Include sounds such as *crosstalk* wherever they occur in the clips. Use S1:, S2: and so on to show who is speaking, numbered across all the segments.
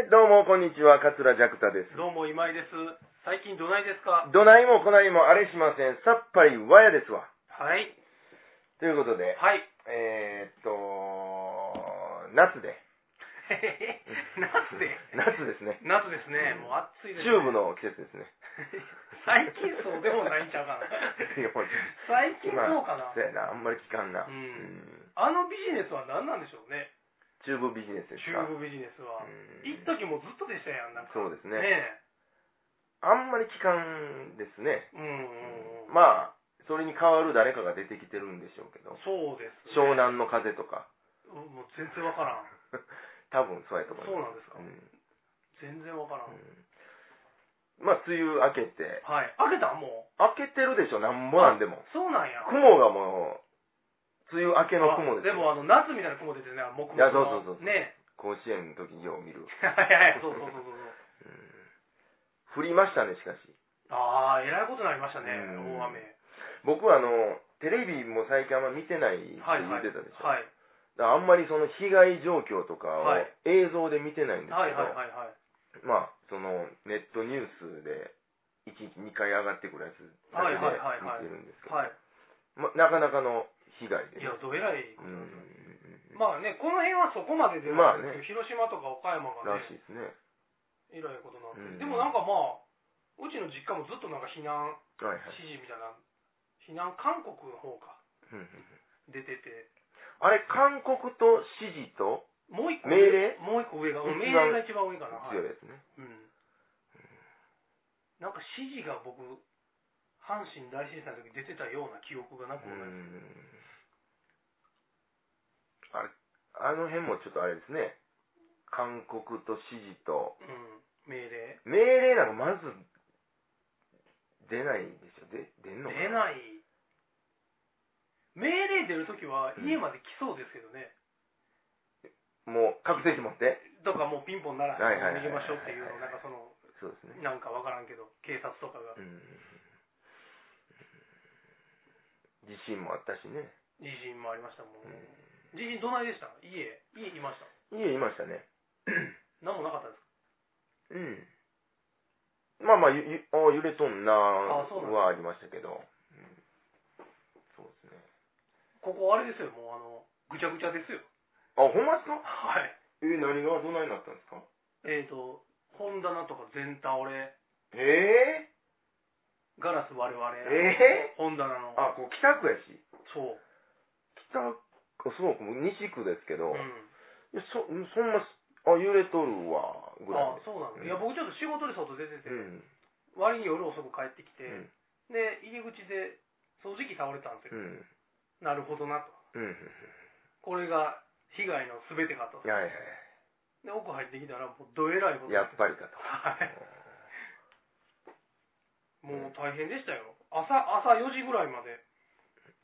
S1: んにちは、桂ジャクタです。
S2: どうも今井です。最近どないですか
S1: どないもこないもあれしません。さっぱりわやですわ。
S2: はい。
S1: ということ
S2: *laughs*
S1: で、
S2: はい。
S1: えー、っと、夏で、
S2: 夏で
S1: 夏ですね。
S2: 夏ですね。もう暑いです、
S1: チ
S2: ね。
S1: ューブ。の季節ですね。
S2: *laughs* 最近そうでもないんちゃうかな。
S1: *laughs* いやもう
S2: 最近そうかな
S1: まあ。そうやな、あんまり聞かんな。
S2: う
S1: うんん
S2: あのビジネスは何なんでしょうね。
S1: チューブビジネスです
S2: 中
S1: か。
S2: 国ビジネスは。
S1: うん
S2: 一時もうずっとでしたやん、なんか。
S1: そうですね
S2: ね
S1: あんまり聞かんですね。
S2: え。うんうんうん。
S1: まあ、それに代わる誰かが出てきてるんでしょうけど、
S2: そうです、
S1: 湘。南の風とか、
S2: もう全然わからん。
S1: 多分そうやと思い
S2: そう
S1: ま
S2: なんですか
S1: す。。うん
S2: 全然わからん。
S1: うんまあ、梅雨明けて、
S2: はい。開けたもう。
S1: 明けてるでしょ、なんぼなんでも。
S2: そうなんや。
S1: 雲がもう、梅雨明けの雲です
S2: で
S1: よ。
S2: もあの夏みたいな雲出てるね、木
S1: いやそうそうそうそう
S2: ね。
S1: 甲子園の時によう見る。
S2: はいはい、そうそうそうそう。
S1: 降りましたね、しかし。
S2: ああ、えらいことになりましたね、
S1: うん
S2: 大雨。
S1: 僕はあの、テレビも最近あんま見てないって言
S2: はいは
S1: っ
S2: い。
S1: てたでしょ。
S2: はい
S1: だからあんまりその被害状況とかを
S2: はい
S1: 映像で見てないんです
S2: はい
S1: け
S2: はい
S1: ど、
S2: はいはい。
S1: まあ、そのネットニュースで、1日2回上がってくるやつだ
S2: はい
S1: け
S2: はいはいはい
S1: で見てるんですけど、
S2: はい。
S1: まなかなかの被害で
S2: い
S1: ね
S2: や、どえらい。
S1: うんうんうんうん
S2: まあね、この辺はそこまでではな
S1: まあ
S2: い
S1: ね
S2: ですけど広島とか岡山が
S1: ら
S2: ね
S1: し、いですね。
S2: えらいことになって
S1: うん
S2: る。でもなんかまあ、うちの実家もずっとなんか避難
S1: はいはい。
S2: 指示みたいな、避難勧告の方か、
S1: うんうんうん
S2: 出てて、
S1: あれ、韓国と指示と
S2: もう一個
S1: 命令
S2: もう一個上が、
S1: 一番
S2: 命令が一番上かな。はい
S1: 強いやつね。
S2: うんなんか指示が僕、阪神大震災の時出てたような記憶がなく
S1: う
S2: もない。
S1: んあれ、あの辺もちょっとあれですね。韓国と指示と、
S2: うん、命令。
S1: 命令なんかまず出ないんでしょ。で出んの
S2: 出な
S1: かい。
S2: い。命令出る時は
S1: うん
S2: 家まで来そうですけどね。
S1: もう確定持って。
S2: だからもうピンポンなら
S1: はいはいはい
S2: 逃げましょうっていうの、なんかその、
S1: そうですね。
S2: なんかわからんけど、警察とかが
S1: う。ん。地震もあったしね。
S2: 地震もありましたもん。地震どないでした家、家いました。
S1: 家いましたね。
S2: 何もなかったですか
S1: うん。まあまあ、ゆゆあ揺れとんな
S2: あそうなんだ
S1: はありましたけど。うんそうですね。
S2: ここあれですよ、もうあの、ぐちゃぐちゃですよ。
S1: あ、ほんまですか
S2: はい。
S1: え、何がどないなったんですか
S2: えっ、ー、と、本棚とか全倒れ、
S1: え
S2: ガラス割れ割
S1: え
S2: れ、
S1: ええ
S2: 本棚の、
S1: あ、こう北区やし。
S2: そう、
S1: 北区、そう、西区ですけど、
S2: うん、
S1: いやそ、そんな、あ、揺れとるわ、ぐらい
S2: あ
S1: で。
S2: そうなんだ、
S1: うん
S2: いや、僕ちょっと仕事で外出てて、
S1: うん。
S2: 割に夜遅く帰ってきて、
S1: うん
S2: で、入り口で掃除機倒れたんです
S1: う
S2: よ、
S1: ん。
S2: なるほどなと、
S1: うん。
S2: これが被害のすべてかと
S1: い、やいやい
S2: で奥入ってきたら、もうどえらいことに
S1: や、
S2: な
S1: や
S2: て
S1: っぱりかと。
S2: はいもう大変でしたよ、朝朝4時ぐらいまで、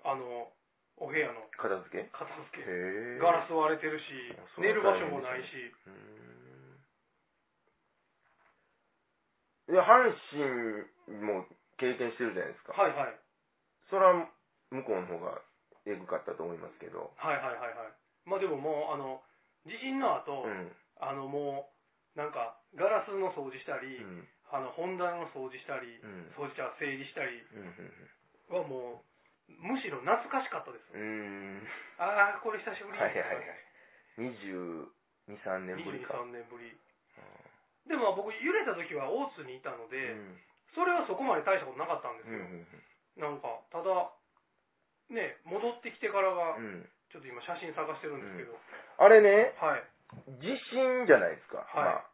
S2: あの、お部屋の
S1: 片付け
S2: 片付け、
S1: へえ。
S2: ガラス割れてるし
S1: あ、それ
S2: 寝
S1: は
S2: る場所もないし。
S1: うん。いや、阪神も経験してるじゃないですか。
S2: はいはい
S1: それは向こうの方がえぐかったと思いますけど。
S2: はいはいはいはいまあでももうあの地震の後、
S1: うん。
S2: あのもうなんかガラスの掃除した
S1: う
S2: り、
S1: ん。
S2: あの本棚の掃除したり、
S1: うん
S2: 掃除車整理したり
S1: うん
S2: はもうむしろ懐かしかったです、
S1: うん。
S2: ああこれ久しぶり
S1: はいはいはい。22、3年ぶりか。
S2: 23年ぶりでも僕揺れた時は大津にいたの
S1: う
S2: で、
S1: ん
S2: それはそこまで大したことなかったんです
S1: うんう
S2: よ、な
S1: ん
S2: んかただね戻ってきてからが、
S1: うんうん
S2: ちょっと今写真探してるんですけど、
S1: あれね、
S2: はい
S1: 地震じゃないですか。
S2: はい
S1: まあ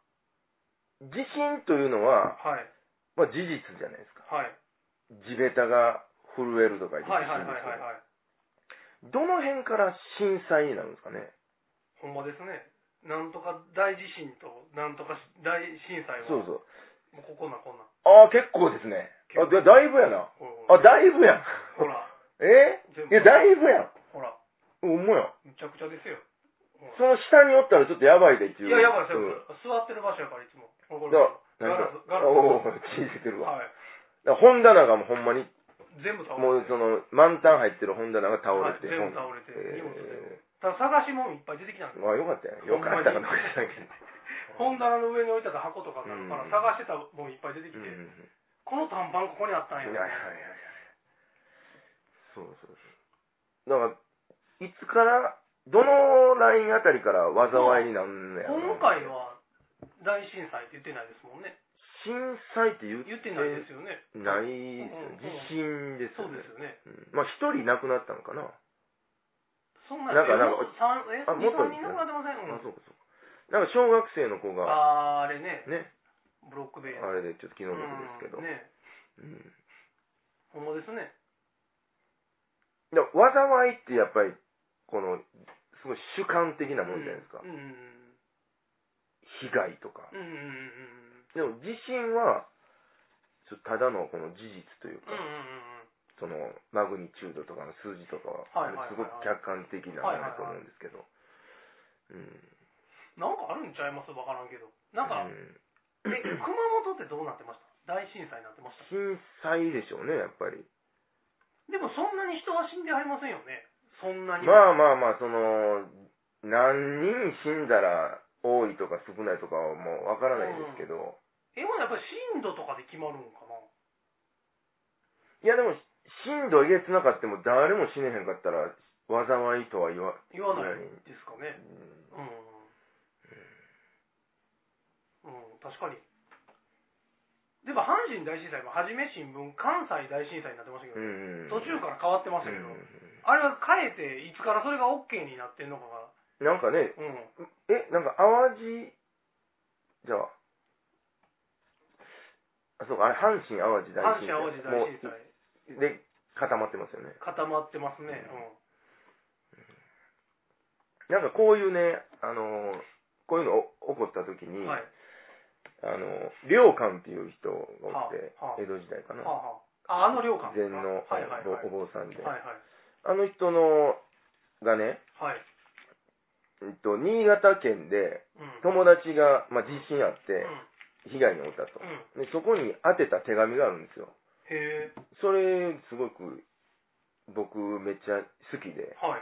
S1: 地震というのは、
S2: はい
S1: まあ、事実じゃないですか。
S2: はい
S1: 地べたが震えるとか言って
S2: はい
S1: 地
S2: はい
S1: 震
S2: はいはいはい
S1: ですけどどの辺から震災になるんですかね。
S2: ほんまですね。なんとか大地震と、なんとか大震災は、
S1: そうそ
S2: も
S1: う。
S2: うここなこんな。
S1: ああ、結構ですね。あ、でだいぶやな。
S2: ほ
S1: あ、
S2: ら
S1: だいぶやん。
S2: ほら、
S1: *laughs* え
S2: 全部
S1: いや、。だいぶやん。
S2: ほら、
S1: ほんまや。
S2: むちゃくちゃですよ。ほ
S1: その下におったらちょっとやばいでっていう。
S2: らいや、やばいです
S1: うん
S2: よ。座ってる場所やから、いつも。ほらこれ
S1: だ
S2: ガラス、ガラ
S1: おお
S2: ス。
S1: 聞いてるわ。
S2: はい。
S1: だから本棚がもうほんまに、
S2: 全部倒
S1: も
S2: れ
S1: う
S2: て。
S1: その、満タン入ってる本棚が倒れて。
S2: はい全部
S1: 本
S2: 倒れて
S1: え
S2: 荷物全部ただ探し物いっぱい出てきたんです
S1: *laughs* ーまあよかったよ。よかったかどうか知らんけど。
S2: 本棚の上に置いてた箱とかがあるから
S1: うん
S2: 探してたもんいっぱい出てき
S1: うん
S2: て、
S1: うん
S2: この短パンここにあったん
S1: うん。いや
S2: や
S1: いやいやいや。そうそうそう。だから、いつから、どのラインあたりから災いになんのやろ
S2: 今回は大震災って言ってないですもんね
S1: 震災って言って
S2: 言ってないですよね、
S1: ない
S2: うんうん
S1: 地震です
S2: そ
S1: よ
S2: う
S1: ね
S2: ですよね
S1: うんまあ一人亡くなったのかな、
S2: そんな
S1: なんかなんか
S2: 三え
S1: あもっと
S2: 23人なくなってません、う
S1: あ
S2: ん
S1: そうかそうかなんか小学生の子が
S2: あーあれね
S1: ね
S2: ブロック塀
S1: あれでちょっと昨日のことですけど、
S2: うんね
S1: う
S2: ほ
S1: ん
S2: んまですね
S1: だから災いってやっぱりこのすごい主観的なもんじゃないですか、
S2: うんうんうん
S1: 被害とか
S2: うんうんうんうん
S1: でも地震はちょっとただのこの事実という
S2: うんうん
S1: か、
S2: うんうん
S1: そのマグニチュードとかの数字とか
S2: はいはいはいはい
S1: は、すごく客観的なものだと思うんですけど、
S2: なんかあるんちゃいますわからんけどなんか、
S1: うん、
S2: え熊本ってどうなってました大震災になってました
S1: 震災でしょうね、やっぱり。
S2: でもそんなに人は死んでありませんよねそんなに
S1: まあまあまあ、その、何人死んだら多いとか少ないとかはもうわからないですけど、
S2: えほなやっぱり震度とかで決まるんかない
S1: やでも、震度えげつなかっても誰も死ねへんかったら、災いとは言わ、
S2: 言わないですかね
S1: うん
S2: うん、うん、確かにでも阪神大震災も初め新聞関西大震災になってましたけど、
S1: うん。
S2: 途中から変わってましたけど、
S1: うん
S2: あれは変えていつからそれが OK になってんのかが
S1: なんかね、
S2: うん
S1: え、なんか淡路、じゃあ、あ、そうか、あれ、阪神・淡路大
S2: 阪
S1: 震
S2: 神・
S1: 災。
S2: 淡路大震災
S1: もうで、固まって
S2: 固まってま
S1: ますよね。
S2: すね、う
S1: なんかこういうね、あのーこういうのお起こった時
S2: ん
S1: に、
S2: はい、
S1: あのー、良寛っていう人がおって、
S2: はあはあ
S1: 江戸時代かな、
S2: はあはあ、ああの量感
S1: 禅の、
S2: はいはいはい
S1: お坊さんで、
S2: はい
S1: あの人のがね、
S2: はいはい
S1: えっと、新潟県で
S2: うんうん
S1: 友達が、まあ、地震あって
S2: う
S1: 被害に遭ったと、
S2: ん
S1: でそこに宛てた手紙があるんですよ
S2: へえ
S1: それすごく僕めっちゃ好きで
S2: はい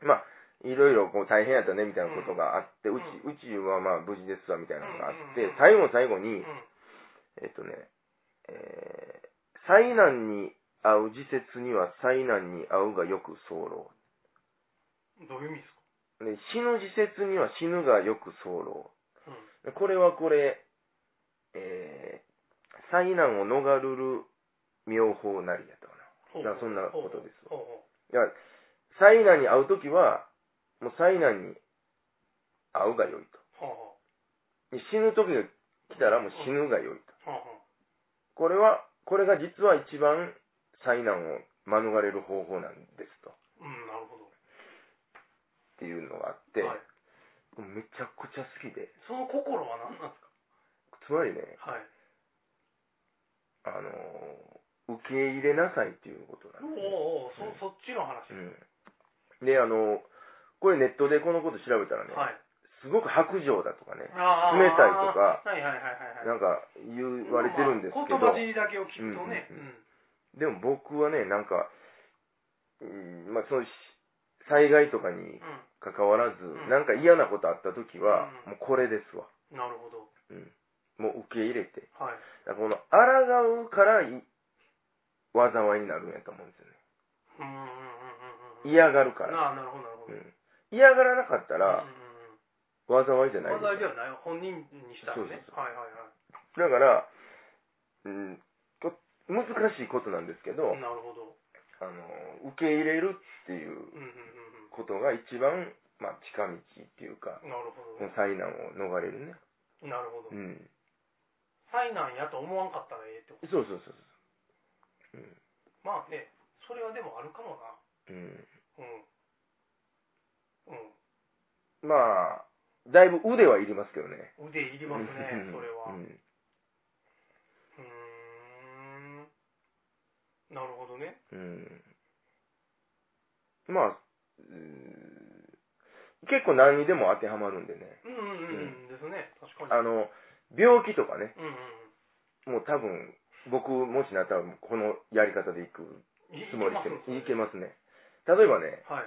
S1: まあいろいろこう大変やったねみたいなことがあって、
S2: うん
S1: うちうちはまあ無事ですわみたいなのがあって、
S2: うんうんうん
S1: 最後の最後
S2: う
S1: に
S2: ん、
S1: えっとね、えー災難に遭う時節には災難に遭うがよく候。
S2: どういう意味ですか
S1: で死ぬ時節には死ぬがよく
S2: う
S1: 候。
S2: ん
S1: でこれはこれ、えー災難を逃るる妙法なりやったか
S2: ほう
S1: な。だからそんなことです
S2: ほ
S1: わ。
S2: うほう
S1: だから災難に遭うときは、もう災難に遭うがよい
S2: は
S1: と。で死ぬときが来たらもう死ぬがよいと。
S2: あはあは
S1: これは、これが実は一番災難を免れる方法なんですと。っ
S2: あうんなるほど
S1: ていうのがあって、
S2: はい、
S1: めちゃくちゃ好きで、
S2: その心は何なんです
S1: つまりね、
S2: かはい
S1: あのー受け入れなさいっていうことなんですね、
S2: おうおうそそっちの話、
S1: うん。で、あのーこれネットでこのこと調べたらね、
S2: はい
S1: すごく白状だとかね、
S2: あー
S1: 冷たいと
S2: は
S1: か
S2: いはいはいはいはい
S1: なんか言われてるんですけ
S2: ま
S1: ど、
S2: あ言葉尻だけを聞くとね、う
S1: うんんでも僕はね、なんか、うんまあ、そのし災害とか
S2: う
S1: に
S2: ん
S1: 関わらず、
S2: ん
S1: なんか嫌なことあった時は、
S2: うん
S1: もうこれですわ。
S2: なるほど
S1: うんもう受け入れて。
S2: はい
S1: だからこの、抗うからい、災いになるんやと思うんですよ
S2: うんうんうんうんうん
S1: ね。嫌がるから。
S2: なあなるほどなるほ
S1: う
S2: ど、うん
S1: ん嫌がらなかったら、
S2: う
S1: 災いじ
S2: ん
S1: ゃ
S2: うん、話
S1: ない
S2: 題で
S1: だ
S2: はない本人にしたらね
S1: そうそうそ
S2: はいはいは
S1: から、うん、こ難しいことなんですけど
S2: い、なるほど
S1: あの、受け入れるっていう
S2: うんうんうん
S1: ことが一番、まあ、近道っていうか、
S2: うんなるほど
S1: 災難を逃れるね。
S2: なるほど、
S1: うん。
S2: 災難やと思わんかったらええってこ
S1: そうそうそうそう。
S2: とまあねそれはでもあるかもな
S1: うん。
S2: うんうん
S1: うん、まあ、だいぶ腕はいりますけどね。
S2: 腕いりますね、それは。う
S1: う
S2: んーん。なるほどね。
S1: うんまあ、うん結構何にでも当てはまるんでね。
S2: うんうんうん。ですね。確かに。
S1: あの、病気とかね、
S2: うんうん
S1: もう多分、僕、もしなったらこのやり方でい
S2: う
S1: く
S2: ん。
S1: つもりして
S2: い
S1: い
S2: け
S1: け
S2: ま
S1: ますね。例えばね、
S2: す。はい。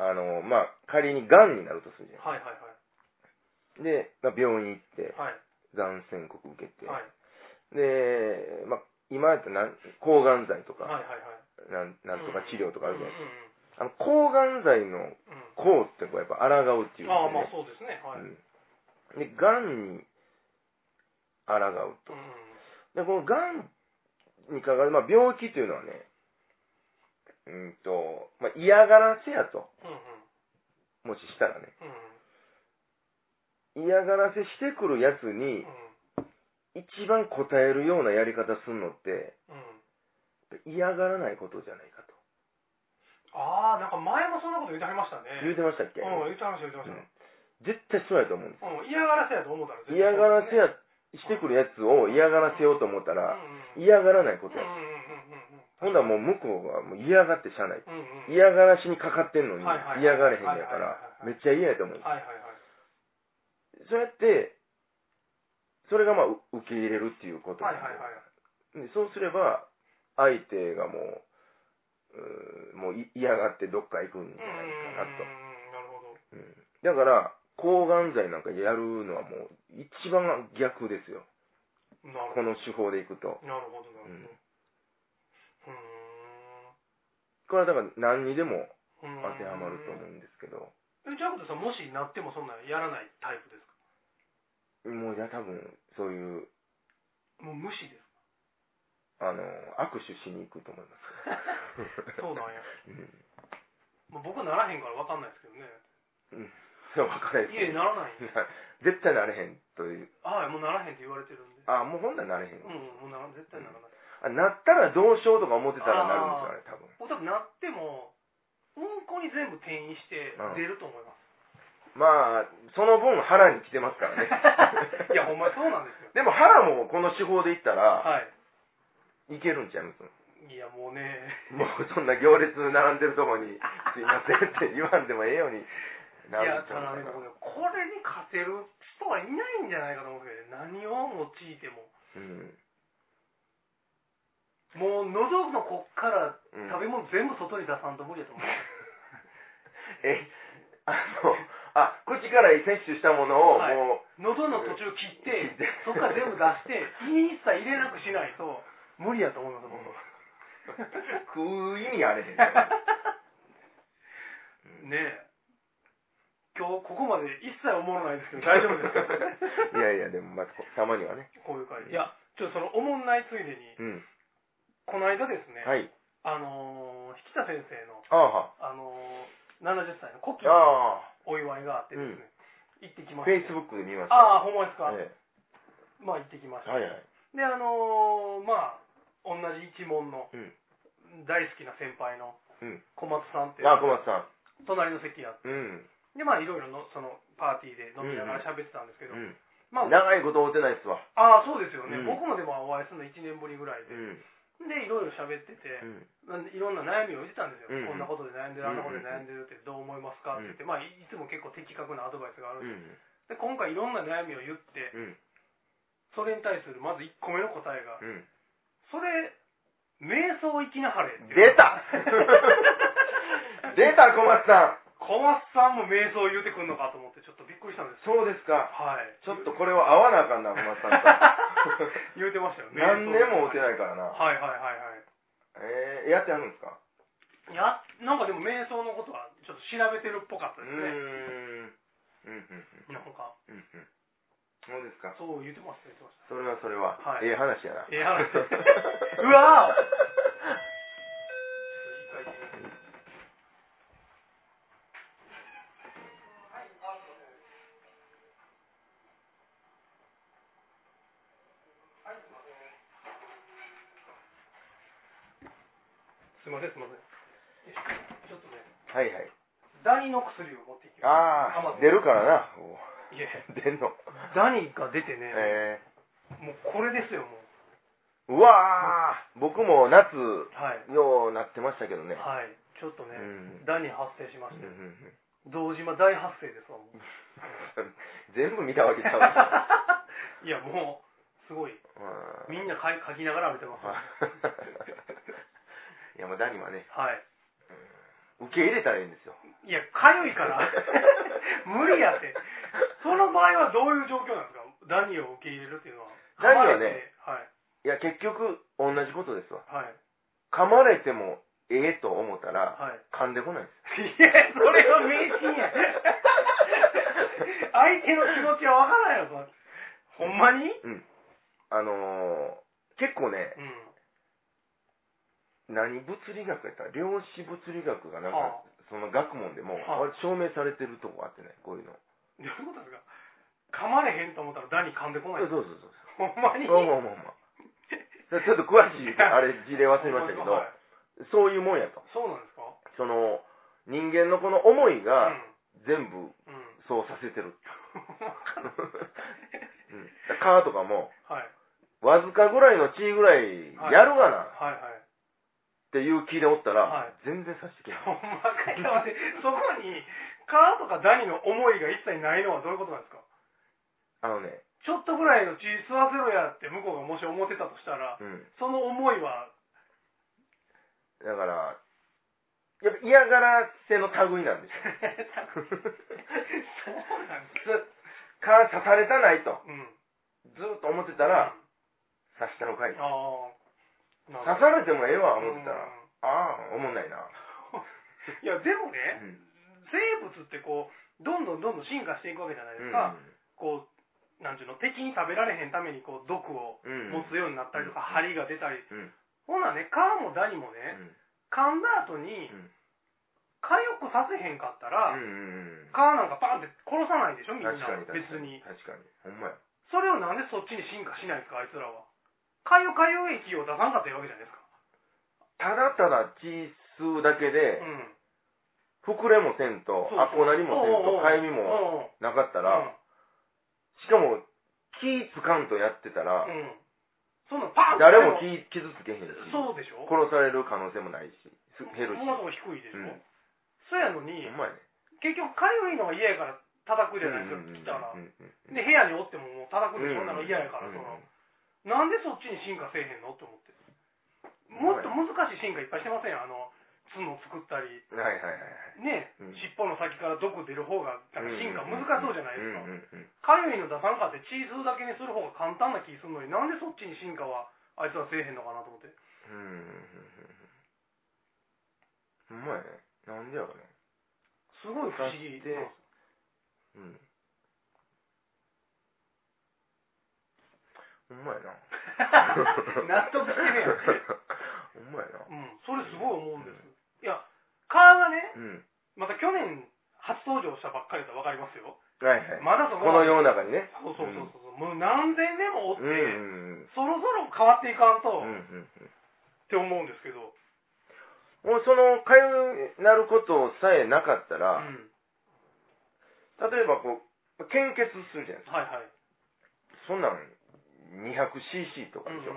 S1: あの、まあ、仮に癌になるとするじゃん。
S2: はいはいはい。
S1: で、まあ、病院行って、
S2: はい。
S1: 残宣告受けて、
S2: はい。
S1: で、まあ、今やったらなん抗がん剤と
S2: はいは
S1: か、
S2: いはい。
S1: なんなんとか治療とかあるじゃない
S2: うん
S1: ですか。あの抗がん剤の
S2: うんうん。
S1: 抗ってこうやっぱ抗うっていう、ね。
S2: ああ、まあそうですね。はい。うん。
S1: うんで、がんに抗う。で、このがんにかかる、まあ、病気というのはね、うんと、まあ、嫌がらせやと、
S2: うんうん。
S1: もししたらね、
S2: うん
S1: 嫌がらせしてくるやつに
S2: う、ん。
S1: 一番応えるようなやり方すんのって、
S2: うん。
S1: 嫌がらないことじゃないかと。
S2: ああ、なんか前もそんなこと言ってはりましたね。
S1: 言うてましたっけ、
S2: うん、言ってました、言ってま
S1: う
S2: した
S1: ん。絶対そうやと思うんで
S2: うん、嫌がらせやと思うたら
S1: す。嫌がらせ
S2: や
S1: や、してくるやつを嫌がらせようと思ったら、
S2: うんうん
S1: 嫌がらないこ
S2: うん
S1: と
S2: うん
S1: や。
S2: うんうんうんうん。
S1: ほんならもう向こうはもう嫌がってしゃあない。
S2: うんうん。
S1: 嫌がらしにかかってんのに
S2: はいはいはい
S1: 嫌がれへんのやか
S2: は
S1: ら
S2: いはいはいはい
S1: めっちゃ嫌やと思う
S2: はいはいはい。
S1: そうやってそれがまあう受け入れるっていうこと
S2: は
S1: ないんで
S2: はいはい。
S1: でそうすれば相手がもううーんもうい嫌がってどっか行くんじ
S2: うん
S1: ゃ
S2: うん
S1: ない
S2: うん
S1: かなと、
S2: なるほど。
S1: うんだから抗がん剤なんかやるのはもう一番逆ですよ
S2: なるほ
S1: この手法でいくと
S2: ど。なるほど、なるほど。う
S1: うん
S2: ー
S1: これはだから何にでも
S2: ん。
S1: 当てはまると思うんですけど
S2: え、じゃあ、さん、もしなってもそんなんやらないタイプですか
S1: もうじゃあ多分そういう
S2: もう無視です
S1: あの握手しに行くと思いま
S2: か
S1: す *laughs*
S2: そうなんや。まあ、
S1: うん
S2: 僕ならへんから分かんないですけどね。
S1: それは分かれへん
S2: いえ、なら
S1: *laughs*
S2: ないんや。
S1: 絶対なれへんという
S2: はい、もうならへんって言われてるんで。
S1: あもう本来なれへん、
S2: うん、もうなら絶対ならない。
S1: あなったらどうしようとか思ってたらなるんですよね多分
S2: おそらくなっても、うんこに全部転移して
S1: うん
S2: 出ると思います。
S1: *laughs* まあその分腹に来てますからね
S2: *laughs* いや、ほんまにそうなんですよ。
S1: *laughs* でも腹もこの手法でいったら、
S2: はい。
S1: い、けるんちゃいます
S2: いや、もうね。
S1: もうそんな行列並んでるとこに「すいません」って言わんでもええように
S2: い
S1: なる
S2: や、
S1: んち
S2: た
S1: ゃ
S2: だ
S1: う
S2: ね、
S1: か
S2: 僕
S1: な
S2: ねこれに勝てる人はいないんじゃないかと思うけどね、何を用いても。
S1: うん
S2: もう、喉のこっから
S1: うん
S2: 食べ物全部外に出さんと無理やと思う。
S1: えあのあ口から摂取したものを
S2: はい
S1: もう、
S2: 喉の途中切って
S1: 切って、
S2: そっから全部出して、一切入れなくしないと、無理やと思います、僕。
S1: 食う意味あれへん
S2: ねえ。今日、ここまで一切おもろないんですけど、 *laughs* 大丈夫ですか
S1: *laughs* いやいやでもまあこたまにはね
S2: こういう回。いや、ちょっとその、おもんないついでに、
S1: うん
S2: この間ですね、
S1: はい
S2: あのー、引田先生の、
S1: ああは
S2: あのー、70歳の古希の
S1: ああ
S2: お祝いがあってですね、行ってきま
S1: フ
S2: し
S1: ェイ
S2: た。
S1: スブックで見ました
S2: ああ、ほんまですか。
S1: え
S2: まあ、行ってきまし
S1: え
S2: た。
S1: はいはい
S2: で、あのー、まあ、同じ一門の
S1: うん
S2: 大好きな先輩の
S1: うん
S2: 小松さんっていう、
S1: あ小松さ
S2: 隣の席やっ
S1: んうん
S2: て、で、まあ、いろいろの、その、パーティーで飲みながら喋ってたんですけど、
S1: うん
S2: まあ、
S1: 長いこと会うてないっすわ
S2: ああ、そうですよね、
S1: うん
S2: 僕もでもお会いするの1年ぶりぐらいで、
S1: ん
S2: で、いろいろ喋ってて
S1: う、ん
S2: なんでいろんな悩みを言ってたんですよ、
S1: うん
S2: こんなことで悩んでる、あんなことで悩んでるってどう思いますかって言って、まあ、いつも結構的確なアドバイスがあ
S1: う
S2: るんで
S1: ん
S2: す、で今回いろんな悩みを言って、
S1: うん
S2: それに対するまず1個目の答えが、
S1: うん
S2: それ、瞑想行きなはれって
S1: 出
S2: *laughs*
S1: た *laughs* 出た小松さん
S2: 小松さんも瞑想言うてくんのかと思って、ちょっとびっくりしたんです。
S1: そうですか
S2: はい。
S1: ちょっとこれは会わなあかんな小松さんと
S2: *laughs* 言うてましたよ
S1: *laughs*
S2: ね。
S1: 何年も会うて
S2: い。
S1: ないからな
S2: はいはいはいはい。
S1: ええやってはるんですか
S2: いや、なんかでも瞑想のことはちょっと調べてるっぽかった
S1: う
S2: で
S1: ー
S2: すね。
S1: んうんうんうん
S2: なんか、
S1: うんうんそうですか
S2: そう言ってました、言ってまし
S1: それはそれは、
S2: はい
S1: ええ話やな
S2: ええ話
S1: *laughs*
S2: うわた。すいません、すいません。ちょっとね、
S1: はいはい
S2: ダニの薬を持ってきて。
S1: ああ出るからなおう
S2: いや
S1: 出んの
S2: ダニが出てね、
S1: え
S2: もうこれですよ、もう。
S1: えうわー僕も夏
S2: はい。
S1: ようなってましたけどね
S2: はい。ちょっとね、
S1: うん
S2: ダニ発生しま
S1: う
S2: し
S1: ん
S2: て
S1: う、んうん
S2: 堂島大発生ですわ、もう
S1: *laughs* 全部見たわけ
S2: *laughs*
S1: ちゃうわ
S2: いや、もう、すごい。
S1: うん *laughs*
S2: みんな書い書きながら見てます。
S1: はいいやもうダニはね
S2: はい。
S1: 受け入れたらいいんですよ *laughs*
S2: *laughs* いや、かゆいから。無理やって。その場合はどういう状況なんですか何を受け入れるっていうのは。
S1: 何はね
S2: はい
S1: や、結局、同じことですわ。
S2: い。はい。
S1: 噛まれてもええと思ったら、
S2: はい。
S1: 噛んでこないんです。
S2: いや、それは迷信や。 *laughs* 相手の気持ちはわからんよ、それほんまに
S1: うん。あのー、結構ね、
S2: うん。
S1: 何物理学やったら量子物理学がなんか、
S2: はあ
S1: その学問でも、
S2: はあ
S1: あれ証明されてるとこあってね、こういうの。
S2: どういうことですか噛まれへんと思ったら何噛んでこない
S1: そうそうそうそう。
S2: ほんまに
S1: ほんまほんまほんま。
S2: *laughs*
S1: ちょっと詳しい、あれ、事例忘れましたけど、
S2: はい
S1: そういうもんやと。
S2: そうなんですか
S1: その、人間のこの思いが、全部、
S2: うん。 *laughs* うん。
S1: そうさせてる。 *laughs*
S2: は
S1: うん。カーとかも、
S2: い。
S1: わずかぐらいの地位ぐらい、やるがな、っ
S2: はいはい。
S1: ていう気でおったら、
S2: はい
S1: 全然さしてけへん。
S2: ほんまかいな。そこに、カーとかダニの思いが一切ないのはどういうことなんですか
S1: あのね、
S2: ちょっとぐらいの血吸わせろやって向こうがもし思ってたとしたら、
S1: うん。
S2: その思いは、 *laughs*
S1: だから、やっぱ嫌がらせの類なんでしょ。 *laughs*
S2: そうなんです
S1: か刺されたないと、
S2: うん。
S1: ずっと思ってたら、刺したのかい。
S2: ああ。刺
S1: 刺されてもええわ、思ってたら。
S2: い
S1: ああ、思んないな。
S2: *laughs* や、でも
S1: う
S2: ね、
S1: ん。
S2: 生物ってこう、どんどんどんどん進化していくわけじゃないですか。こう、なんちゅうの、敵に食べられへんためにこう、毒を
S1: うん。うん。
S2: 持つようになったりとか、針が出たり。
S1: うん。うん。
S2: ほなね、カーもダニもね、噛んだ後に
S1: うん、
S2: 火力させへんかった
S1: う
S2: ら、
S1: ん。うん。
S2: カーなんかパンって殺さないでしょ、みんな。
S1: 確かに確かに。
S2: 別に。
S1: 確かに。ほんまや。
S2: それをなんでそっちに進化しないんですか、あいつらは。海洋海洋液を出さんかったらいいわけじゃないですか。
S1: ただただ血吸うだけで、
S2: うん。
S1: 膨れもせん
S2: そ
S1: と、
S2: うそう
S1: アポなりもせんと、かゆみも
S2: も
S1: なかったら、しかも、気つかんとやってたら
S2: う、ん。うんそんなパン
S1: 誰も気傷つけへんし、
S2: そうでしょ
S1: 殺される可能性もないし、す減るし。
S2: そんなとこ低いでしょ。
S1: うん
S2: そうやのに
S1: ほ、んまやね。
S2: 結局かゆいのが嫌やから叩くじゃないですか、来たら。
S1: うんうんうん
S2: で、部屋におってももう叩く
S1: うん
S2: でしょ、なんか嫌やから、その。なんでそっちに進化せえへんのって思って。もっと難しい進化いっぱいしてませんあの、角作ったり、
S1: うんはいはいはいはい。
S2: ね、
S1: うん
S2: 尻尾の先から毒出る方が、なんか進化難しそうじゃないですか。
S1: すか。
S2: かゆいの出さんかってチーズだけにする方が簡単な気するのになんでそっちに進化はあいつはせえへんのかなと思って
S1: うんうんうんうん。ほんまやね。なんでやろね。
S2: すごい不思議
S1: だって
S2: うん
S1: うん。ほんまやな。
S2: *laughs* 納得してね
S1: *laughs* ほんまやな。
S2: えやんうんそれすごい思うんです、いやカーがね
S1: うん。
S2: また去年初登場したばっかりだと分かりますよ
S1: はいはい。
S2: まだそ
S1: この
S2: こ
S1: 世の中にね。
S2: そうそうそうそう、もう何千年もおっ
S1: う
S2: て、
S1: んうん
S2: そろそろ変わっていかん
S1: うん。
S2: と、
S1: うんうん
S2: っ
S1: うん。
S2: て思うんですけど
S1: もうその、かゆなることさえなかった
S2: う
S1: ら、
S2: ん
S1: 例えばこう、献血するじゃないですか。
S2: はいはい
S1: そんなん、200cc とか
S2: うん
S1: で
S2: うん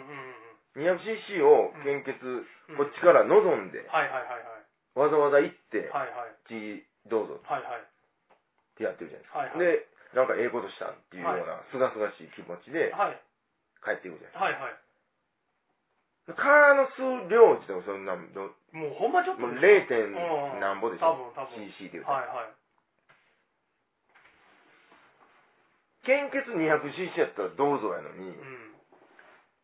S1: し
S2: う
S1: ょ。
S2: んうん
S1: 200cc を献血、
S2: うん
S1: こっちから望んで、
S2: はいはいはいはい
S1: わざわざ行って、
S2: はいはい
S1: 血どうぞ
S2: はいはい
S1: ってやってるじゃないですか。
S2: はいはい
S1: で、なんかええことしたっていうような、すがすがしい気持ちで
S2: はい
S1: 帰っていくじゃない
S2: はいはい
S1: ですか。川の数量自体もそんなん、ど
S2: もうほんまちょっと
S1: もう
S2: でしょ
S1: 0.
S2: うん
S1: 何ぼでし
S2: 多
S1: ょ。
S2: 分多分
S1: cc で言うと。
S2: はいはい
S1: 献血 200cc やったらどうぞやのに
S2: う、ん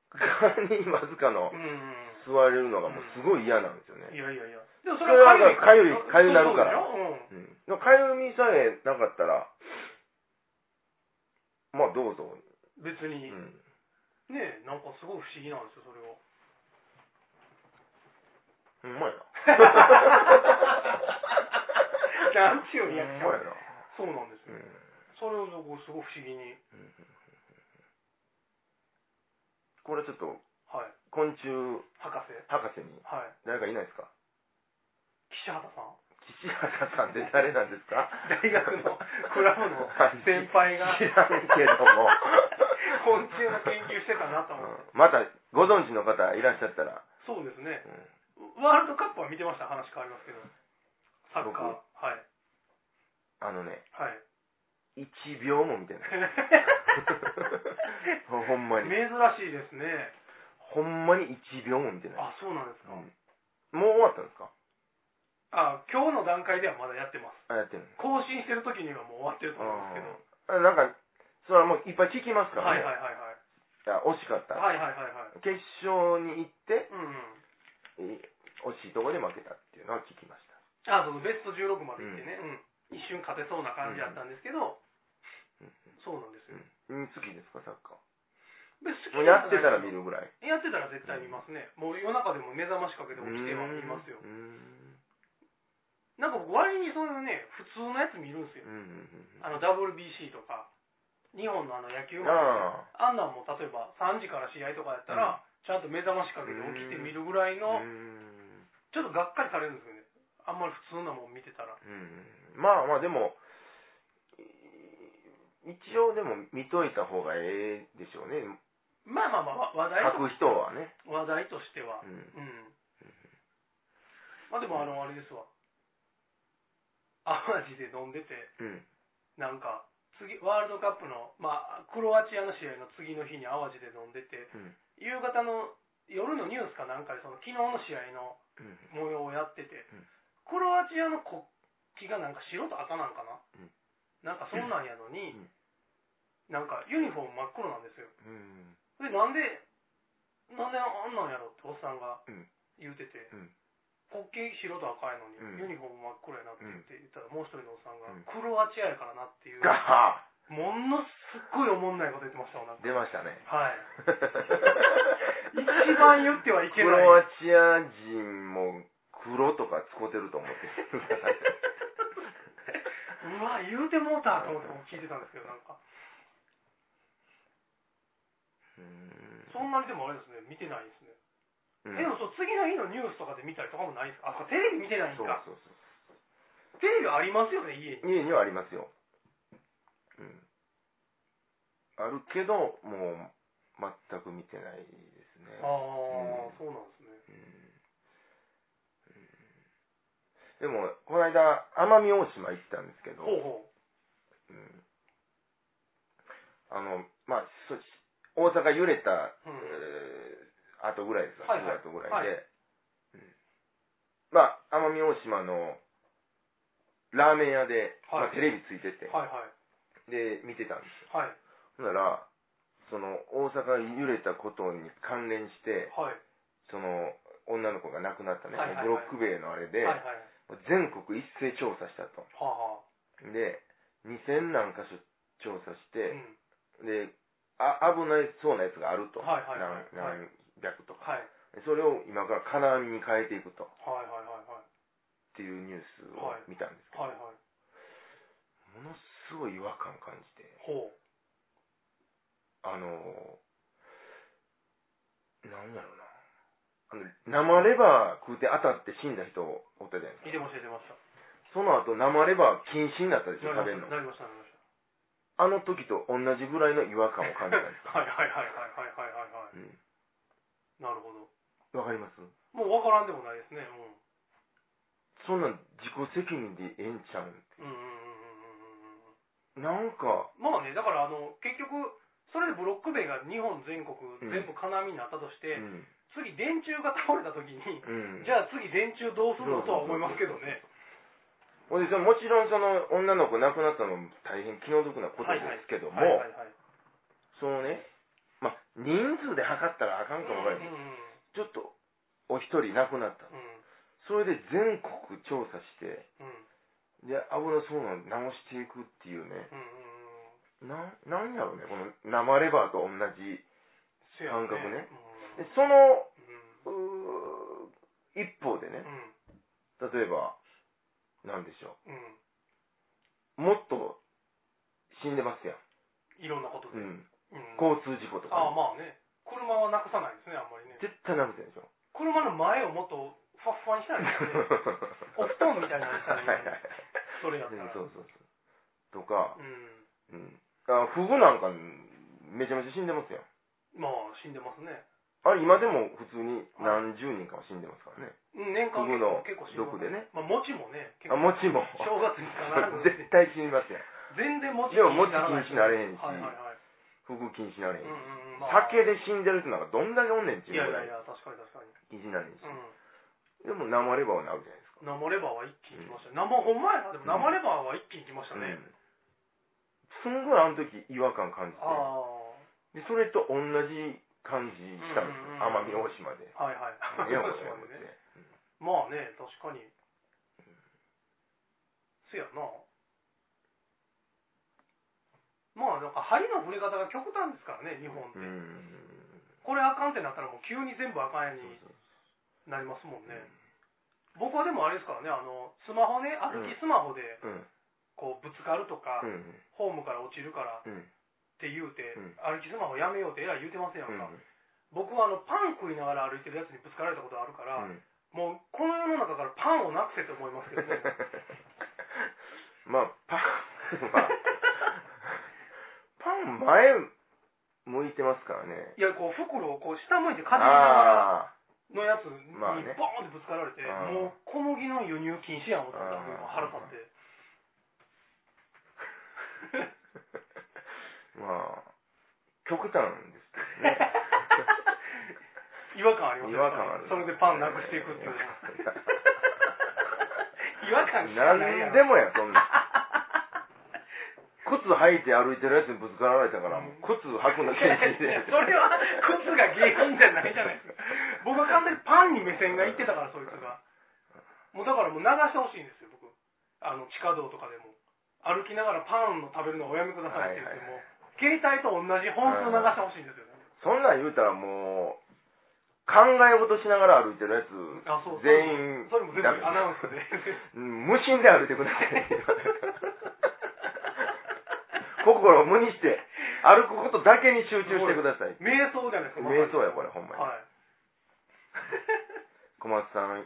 S1: 川にわずかの
S2: うんうん
S1: 吸われるのがもうすごい嫌なんですよ
S2: うんい
S1: ね。
S2: やいやいやでもそ
S1: かゆいかゆいなるから
S2: そうそうでしょうん
S1: うん。でもかゆみさえなかったら、まあどうぞ。
S2: 別
S1: う
S2: に
S1: ん。
S2: ねなんかすごい不思議なんですよそれは
S1: *laughs* う
S2: *laughs*
S1: まいな。
S2: なんちゅうリアクシ
S1: ほんま
S2: ョ
S1: や
S2: ン
S1: な。
S2: そうなんです
S1: う
S2: よ
S1: ん。
S2: それを僕すごい不思議に
S1: これちょっと、
S2: はい
S1: 昆虫
S2: 博士
S1: 博士に
S2: はい
S1: 誰かいないですか
S2: 岸畑さん
S1: 岸原さんって誰なんですか
S2: 大学のクラブの先輩が。
S1: 知らんけども
S2: *laughs* 昆虫の研究してたなと思って
S1: うんまた、ご存知の方いらっしゃったら、
S2: そうですね
S1: うん
S2: ワールドカップは見てました話変わりますけどサッカーはい
S1: あのね、
S2: はい
S1: 1秒も見
S2: *laughs*
S1: てない。 *laughs* ほんまに。
S2: 珍しいですね
S1: ほんまに1秒も見てない。
S2: あそうなんですか、
S1: うんもう終わったんですか
S2: あ今日の段階ではまだやってます
S1: あ、やってるの
S2: 更新してる時にはもう終わってると思うんですけど
S1: あなんか、それはもういっぱい聞きますから
S2: はい
S1: ね。
S2: はいはいはい。
S1: いや惜しかった。
S2: はいはいはいはい。
S1: 決勝に行って、
S2: うんうん。
S1: え惜しいところで負けたっていうのは聞きました。
S2: あ、そのベスト16まで行ってね、うん。一瞬勝てそうな感じだったんですけど、
S1: うん
S2: そうなんですよ。
S1: うん、好きですか、サッカー。
S2: 別に好
S1: もう
S2: き
S1: や
S2: な
S1: っ
S2: ん
S1: て
S2: じゃ
S1: た
S2: な
S1: ら
S2: い
S1: 見るぐらい。
S2: やってたら絶対見ますね。もう夜中でも目覚ましかけて起きては見ますよ。
S1: うーん。
S2: なんか僕割にそういうね、普通のやつ見るんです
S1: う
S2: よ。
S1: んうんうん。
S2: あの WBC とか、日本のあの野球も、
S1: あ
S2: あんなんも例えば3時から試合とかやったら、ちゃんと目覚ましかけて起きて見るぐらい
S1: あ。う
S2: の、
S1: ん。
S2: ちょっとがっかりされるんですよね。あんまり普通なもん見てたら。
S1: うんまあまあでも、い一応でも見といた方がええでしょうね。
S2: まあまあまあ、わ話題
S1: 書
S2: と
S1: く人はね。
S2: 話題としては
S1: う。ん。
S2: うん。まあでも、あの、あれですわ。淡路で飲んでて、
S1: うん。
S2: なんか、次、ワールドカップの、まあ、クロアチアの試合の次の日に淡路で飲んでて、
S1: うん。
S2: 夕方の、夜のニュースかなんかで、その、昨日の試合の
S1: うん。
S2: 模様をやってて、
S1: うん
S2: クロアチアの国旗がなんか白と赤なんかな、
S1: うん
S2: なんかそんなんやのに、
S1: うん
S2: なんかユニフォーム真っ黒なんですよ
S1: うん。
S2: でなんでなんであんなんやろっておっさんが
S1: うん
S2: 言うてて、
S1: うん
S2: 国旗白と赤やのに、
S1: うん
S2: ユニフォーム真っ黒やなって言って言ったら、もう一人のおっさんが、
S1: うん
S2: クロアチアやからなっていう
S1: ガハ
S2: ものすっごいおもんないこと言ってましたもんなんか
S1: 出ま *laughs* したね。
S2: はい一番言ってはいけない
S1: クロ *laughs* アチア人も黒とか使ってると思ってくだ *laughs* さい。
S2: うわ言うてもうたと思って僕聞いてたんですけどなんか
S1: うん
S2: そんなにでもあれですね見てないですね
S1: うん
S2: でもそう次の日のニュースとかで見たりとかもないんですかあそうテレビ見てないん
S1: そう
S2: か
S1: そう
S2: テレビありますよね家に
S1: そう。家にはありますよ。うん。あるけど、もう、全く見てないですね。
S2: ああ、
S1: うん
S2: そうなんですね
S1: うんうんでも、この間、奄美大島行ったんですけど、
S2: ほうほう
S1: うんあの、まあ、そ大阪揺れた、
S2: うん
S1: えー後ぐらいですか、
S2: はいはい
S1: 後ぐらいで、
S2: は
S1: うんまあ、奄美大島のラーメン屋で、
S2: はい
S1: まあ、テレビついてて、
S2: はいはい
S1: で、見てたんです
S2: はい
S1: よ。ほんなら、その、大阪揺れたことに関連して、
S2: はい
S1: その、女の子が亡くなったね、
S2: はいはいはい
S1: ブロック塀のあれで、
S2: はいはい
S1: 全国一斉調査したと。
S2: はあはあ
S1: で、2000何箇所調査し
S2: う
S1: て、
S2: ん
S1: であ、危ないそうなやつがあると。
S2: はいはいはい
S1: 何何百とか。
S2: はい
S1: それを今から金網に変えていくと。っ
S2: はいはいはいはい
S1: ていうニュースを見たんですけど、
S2: はいはい
S1: ものすごい違和感感じて、
S2: ほう
S1: あのー、なんだろうな。あの、生レバー食うて当たって死んだ人おったじゃないです
S2: 見て
S1: か。
S2: ました見てました
S1: その後生レバー禁止になったでしょ、
S2: な
S1: 食
S2: り
S1: べる
S2: ま
S1: の
S2: し。たなりましたなりました
S1: あの時と同じぐらいの違和感を感じたんです
S2: はいはいはいはいはいはいはいは
S1: う
S2: い
S1: ん
S2: なるほど
S1: わ、かります
S2: もう分からんでもないですね
S1: そんなん自己責任でええんちゃう
S2: うんうんうんうんうんうんうんうん
S1: んなんか、
S2: まあね、だからあの結局、それでブロック塀が日本全国、
S1: ん
S2: 全部金網になったとし
S1: う
S2: て、
S1: ん。
S2: 次、電柱が倒れたときに、
S1: うん。
S2: じゃあ次、電柱どうするのとは思いますけどね、
S1: ほんでそのもちろんその女の子亡くなったのも大変気の毒なこと
S2: はい
S1: で
S2: はい
S1: すけども、
S2: はいはいはい、
S1: そのね、まあ、人数で測ったらあかんかもわかんない、
S2: うんうん
S1: ちょっと、お一人亡くなった。それで全国調査して、
S2: うんうん
S1: で、危なそうなの直していくっていうね、
S2: うんうんうん
S1: な、なんやろうね、この生レバーと同じ。
S2: せや
S1: 感覚ね
S2: うん
S1: でその、
S2: う
S1: うー一方で
S2: ん
S1: ね、例えば、なんでしょ
S2: うん
S1: う、もっと死んでますやん。
S2: いろんなこと
S1: う
S2: で、
S1: ん。
S2: うん
S1: 交通事故とか
S2: ああまあ
S1: ね、
S2: ね、車はなくさないですね、あんまりね、
S1: 絶対なくてでしょ。
S2: 車の前をもっとふわっふわにしたらいいですね、
S1: *laughs*
S2: お布団みたいなのにしたらいい
S1: はいはいはい。
S2: それやった
S1: うん
S2: ら。
S1: そうそうそう。とか、
S2: うん
S1: うん。あ、フグなんか、めちゃめちゃ死んでますやん。
S2: まあ、死んでますね。
S1: あれ、今でも普通に何十人かは死んでますからね。
S2: うん年間
S1: フグ
S2: 結
S1: の
S2: 構結構死ん
S1: 毒でね。
S2: まあ、餅もね、結
S1: あ、
S2: 構
S1: 餅も。
S2: 正月にかな
S1: 絶対死にますやん。
S2: 全然餅
S1: でも餅禁止なれへんし
S2: はいはいはい。
S1: フグ禁止なれへ
S2: うん
S1: ん。
S2: うんうん。まあ、
S1: 酒で死んでる人なんかどんだけおんねんって
S2: い
S1: いう
S2: やい
S1: ぐ
S2: や
S1: らい
S2: いや、確かに確かに。
S1: 禁止なれへんし。
S2: う
S1: でも生レバーはなるじゃないですか。
S2: ん。生レバーは一気にきましたね。生、ほんまやな。でも生レバーは一気にきました
S1: うん
S2: ね。
S1: すんごいあの時違和感感じ
S2: ああ
S1: て、でそれと同じ感じしたんです
S2: うんうんうん
S1: よ。奄美大島で。
S2: はいはい。
S1: ええやんこ
S2: *laughs*
S1: れ思って
S2: ね。まあね、確かに。せやな。まあ、なんか針の振り方が極端ですからね、日本って。
S1: うん
S2: これあかんってなったらもう急に全部あかんやになりますもんね。僕はでもあれですからね、あの、スマホね、歩きスマホで、
S1: うん
S2: こう、ぶつかるとか、
S1: うん
S2: ホームから落ちるからっ
S1: うん
S2: て言うて、
S1: うん
S2: 歩きスマホやめようってえらい言うてませんやんか。
S1: うん
S2: 僕はあの、パン食いながら歩いてるやつにぶつかられたことあるから、
S1: うん
S2: もうこの世の中からパンをなくせと思いますけどね
S1: まあパンはパン前向いてますからね
S2: いやこう袋をこう下向いてかじりながら
S1: あ
S2: のやつに
S1: まあね
S2: ボーンってぶつかられて、
S1: あー
S2: もう小麦の輸入禁止やん思ったら
S1: あー
S2: もう腹立って
S1: あまあ極端ですけどね
S2: *laughs* 違和感あります
S1: 違和感ある
S2: それでパンなくしていく
S1: *laughs*
S2: っていう違和感しか
S1: 何
S2: ないやん
S1: でもやそんな靴履いて歩いてるやつにぶつかられたから、もう靴履くの
S2: い
S1: 禁
S2: や
S1: 止
S2: いや
S1: で
S2: それは靴が原因じゃないじゃないですか僕は完全にパンに目線がいってたからそいつがもうだからもう流してほしいんですよ僕あの地下道とかでも歩きながらパンの食べるのおやめくださいって言っても、携帯と同じ本数流してほしいんですよね、
S1: そんなん言うたらもう、考え事しながら歩いてるやつ、
S2: あそう
S1: 全員、
S2: それも全部
S1: ダメ
S2: アナウンス
S1: *laughs*
S2: で
S1: うん無心で歩いてください。 *laughs* 心を無にして、歩くことだけに集中してください。
S2: 瞑想じゃないですか
S1: 瞑想や、これ、ほんまに。
S2: はい *laughs*
S1: 小松さん、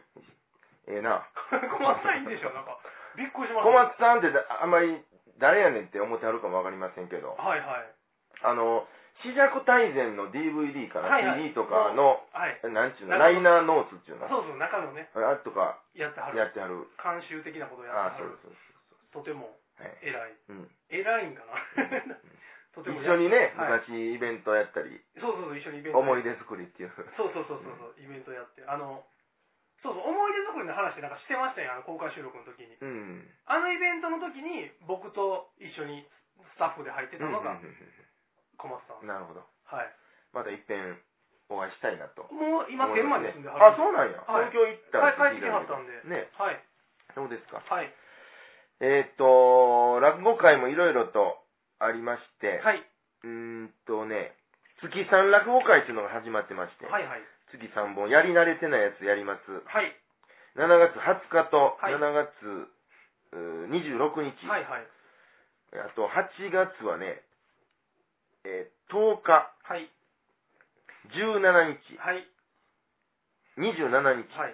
S1: ええな。
S2: 小松さんいいでしょなんかびっくりしま
S1: 小
S2: した
S1: 松さんってだあんまり誰やねんって思ってはるかもわかりませんけど、
S2: はいはい
S1: あの、死弱大全の DVD か
S2: はいは
S1: ら
S2: い
S1: CD とかの、
S2: はい
S1: なんちゅうの、
S2: な
S1: ラ
S2: るほ
S1: イナーノーツっていうの
S2: そうそう中のね
S1: あれとか
S2: やってはる
S1: やってはる。
S2: 慣習的なことをやっ
S1: ああ、
S2: て
S1: そう
S2: はる
S1: ですそうです。
S2: とても
S1: はい
S2: 偉い
S1: うん、
S2: 偉いんかな *laughs* とて
S1: 一
S2: も
S1: 緒にね、
S2: はい
S1: 昔イベントやったり、
S2: そうそうそう一緒にイベント
S1: 思い出作りっていう。
S2: そうそうそうそうそうイベントやってあのそうそう思い出作りの話なんかしてましたよあの公開収録の時に
S1: うん。
S2: あのイベントの時に僕と一緒にスタッフで入ってたの
S1: うん
S2: が
S1: うんうん
S2: 小松さん、
S1: うんなるほど。
S2: はい
S1: また一遍お会いしたいなと。
S2: もう今天満に住んではる
S1: あ、そうなんや。
S2: はい
S1: 東京行った
S2: 帰帰ってきはったんで
S1: ね、
S2: はい
S1: そうですか。
S2: はい
S1: えーっと、落語会もいろいろとありまして、
S2: はいう
S1: ーんとね、月3落語会っていうのが始まってまして、
S2: はいはい
S1: 月3本、やり慣れてないやつやります。
S2: はい
S1: 7月20日と
S2: はい
S1: 7月、うー26日。
S2: はいはい
S1: あと8月はね、えー10日、
S2: はい
S1: 17日、
S2: はい
S1: 27日、
S2: はい。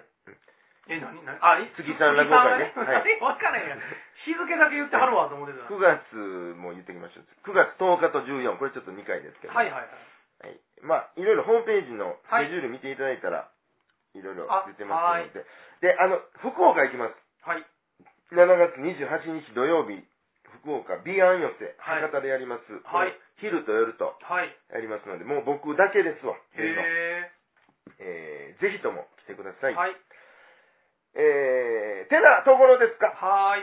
S2: え、なになにあ、い
S1: 杉さん落語会ね
S2: 杉さん
S1: はい
S2: えわからへんやん。日付だけ言ってはるわと思ってた。
S1: 9月も言ってきましょう。9月10日と14、これちょっと2回ですけど、
S2: はいはいはい。
S1: はいまあ、いろいろホームページのスケジュール見ていただいたら、い、ろいろ出てますので、で、あの、福岡行きます。
S2: はい。
S1: 7月28日土曜日、福岡、ビアン寄せ、
S2: はい
S1: 博多でやります。
S2: はい
S1: 昼と夜と
S2: はい。
S1: やりますので、もう僕だけですわ。
S2: へえ。
S1: えーぜひとも来てください。
S2: はい。
S1: えー、てなところですか
S2: はーい。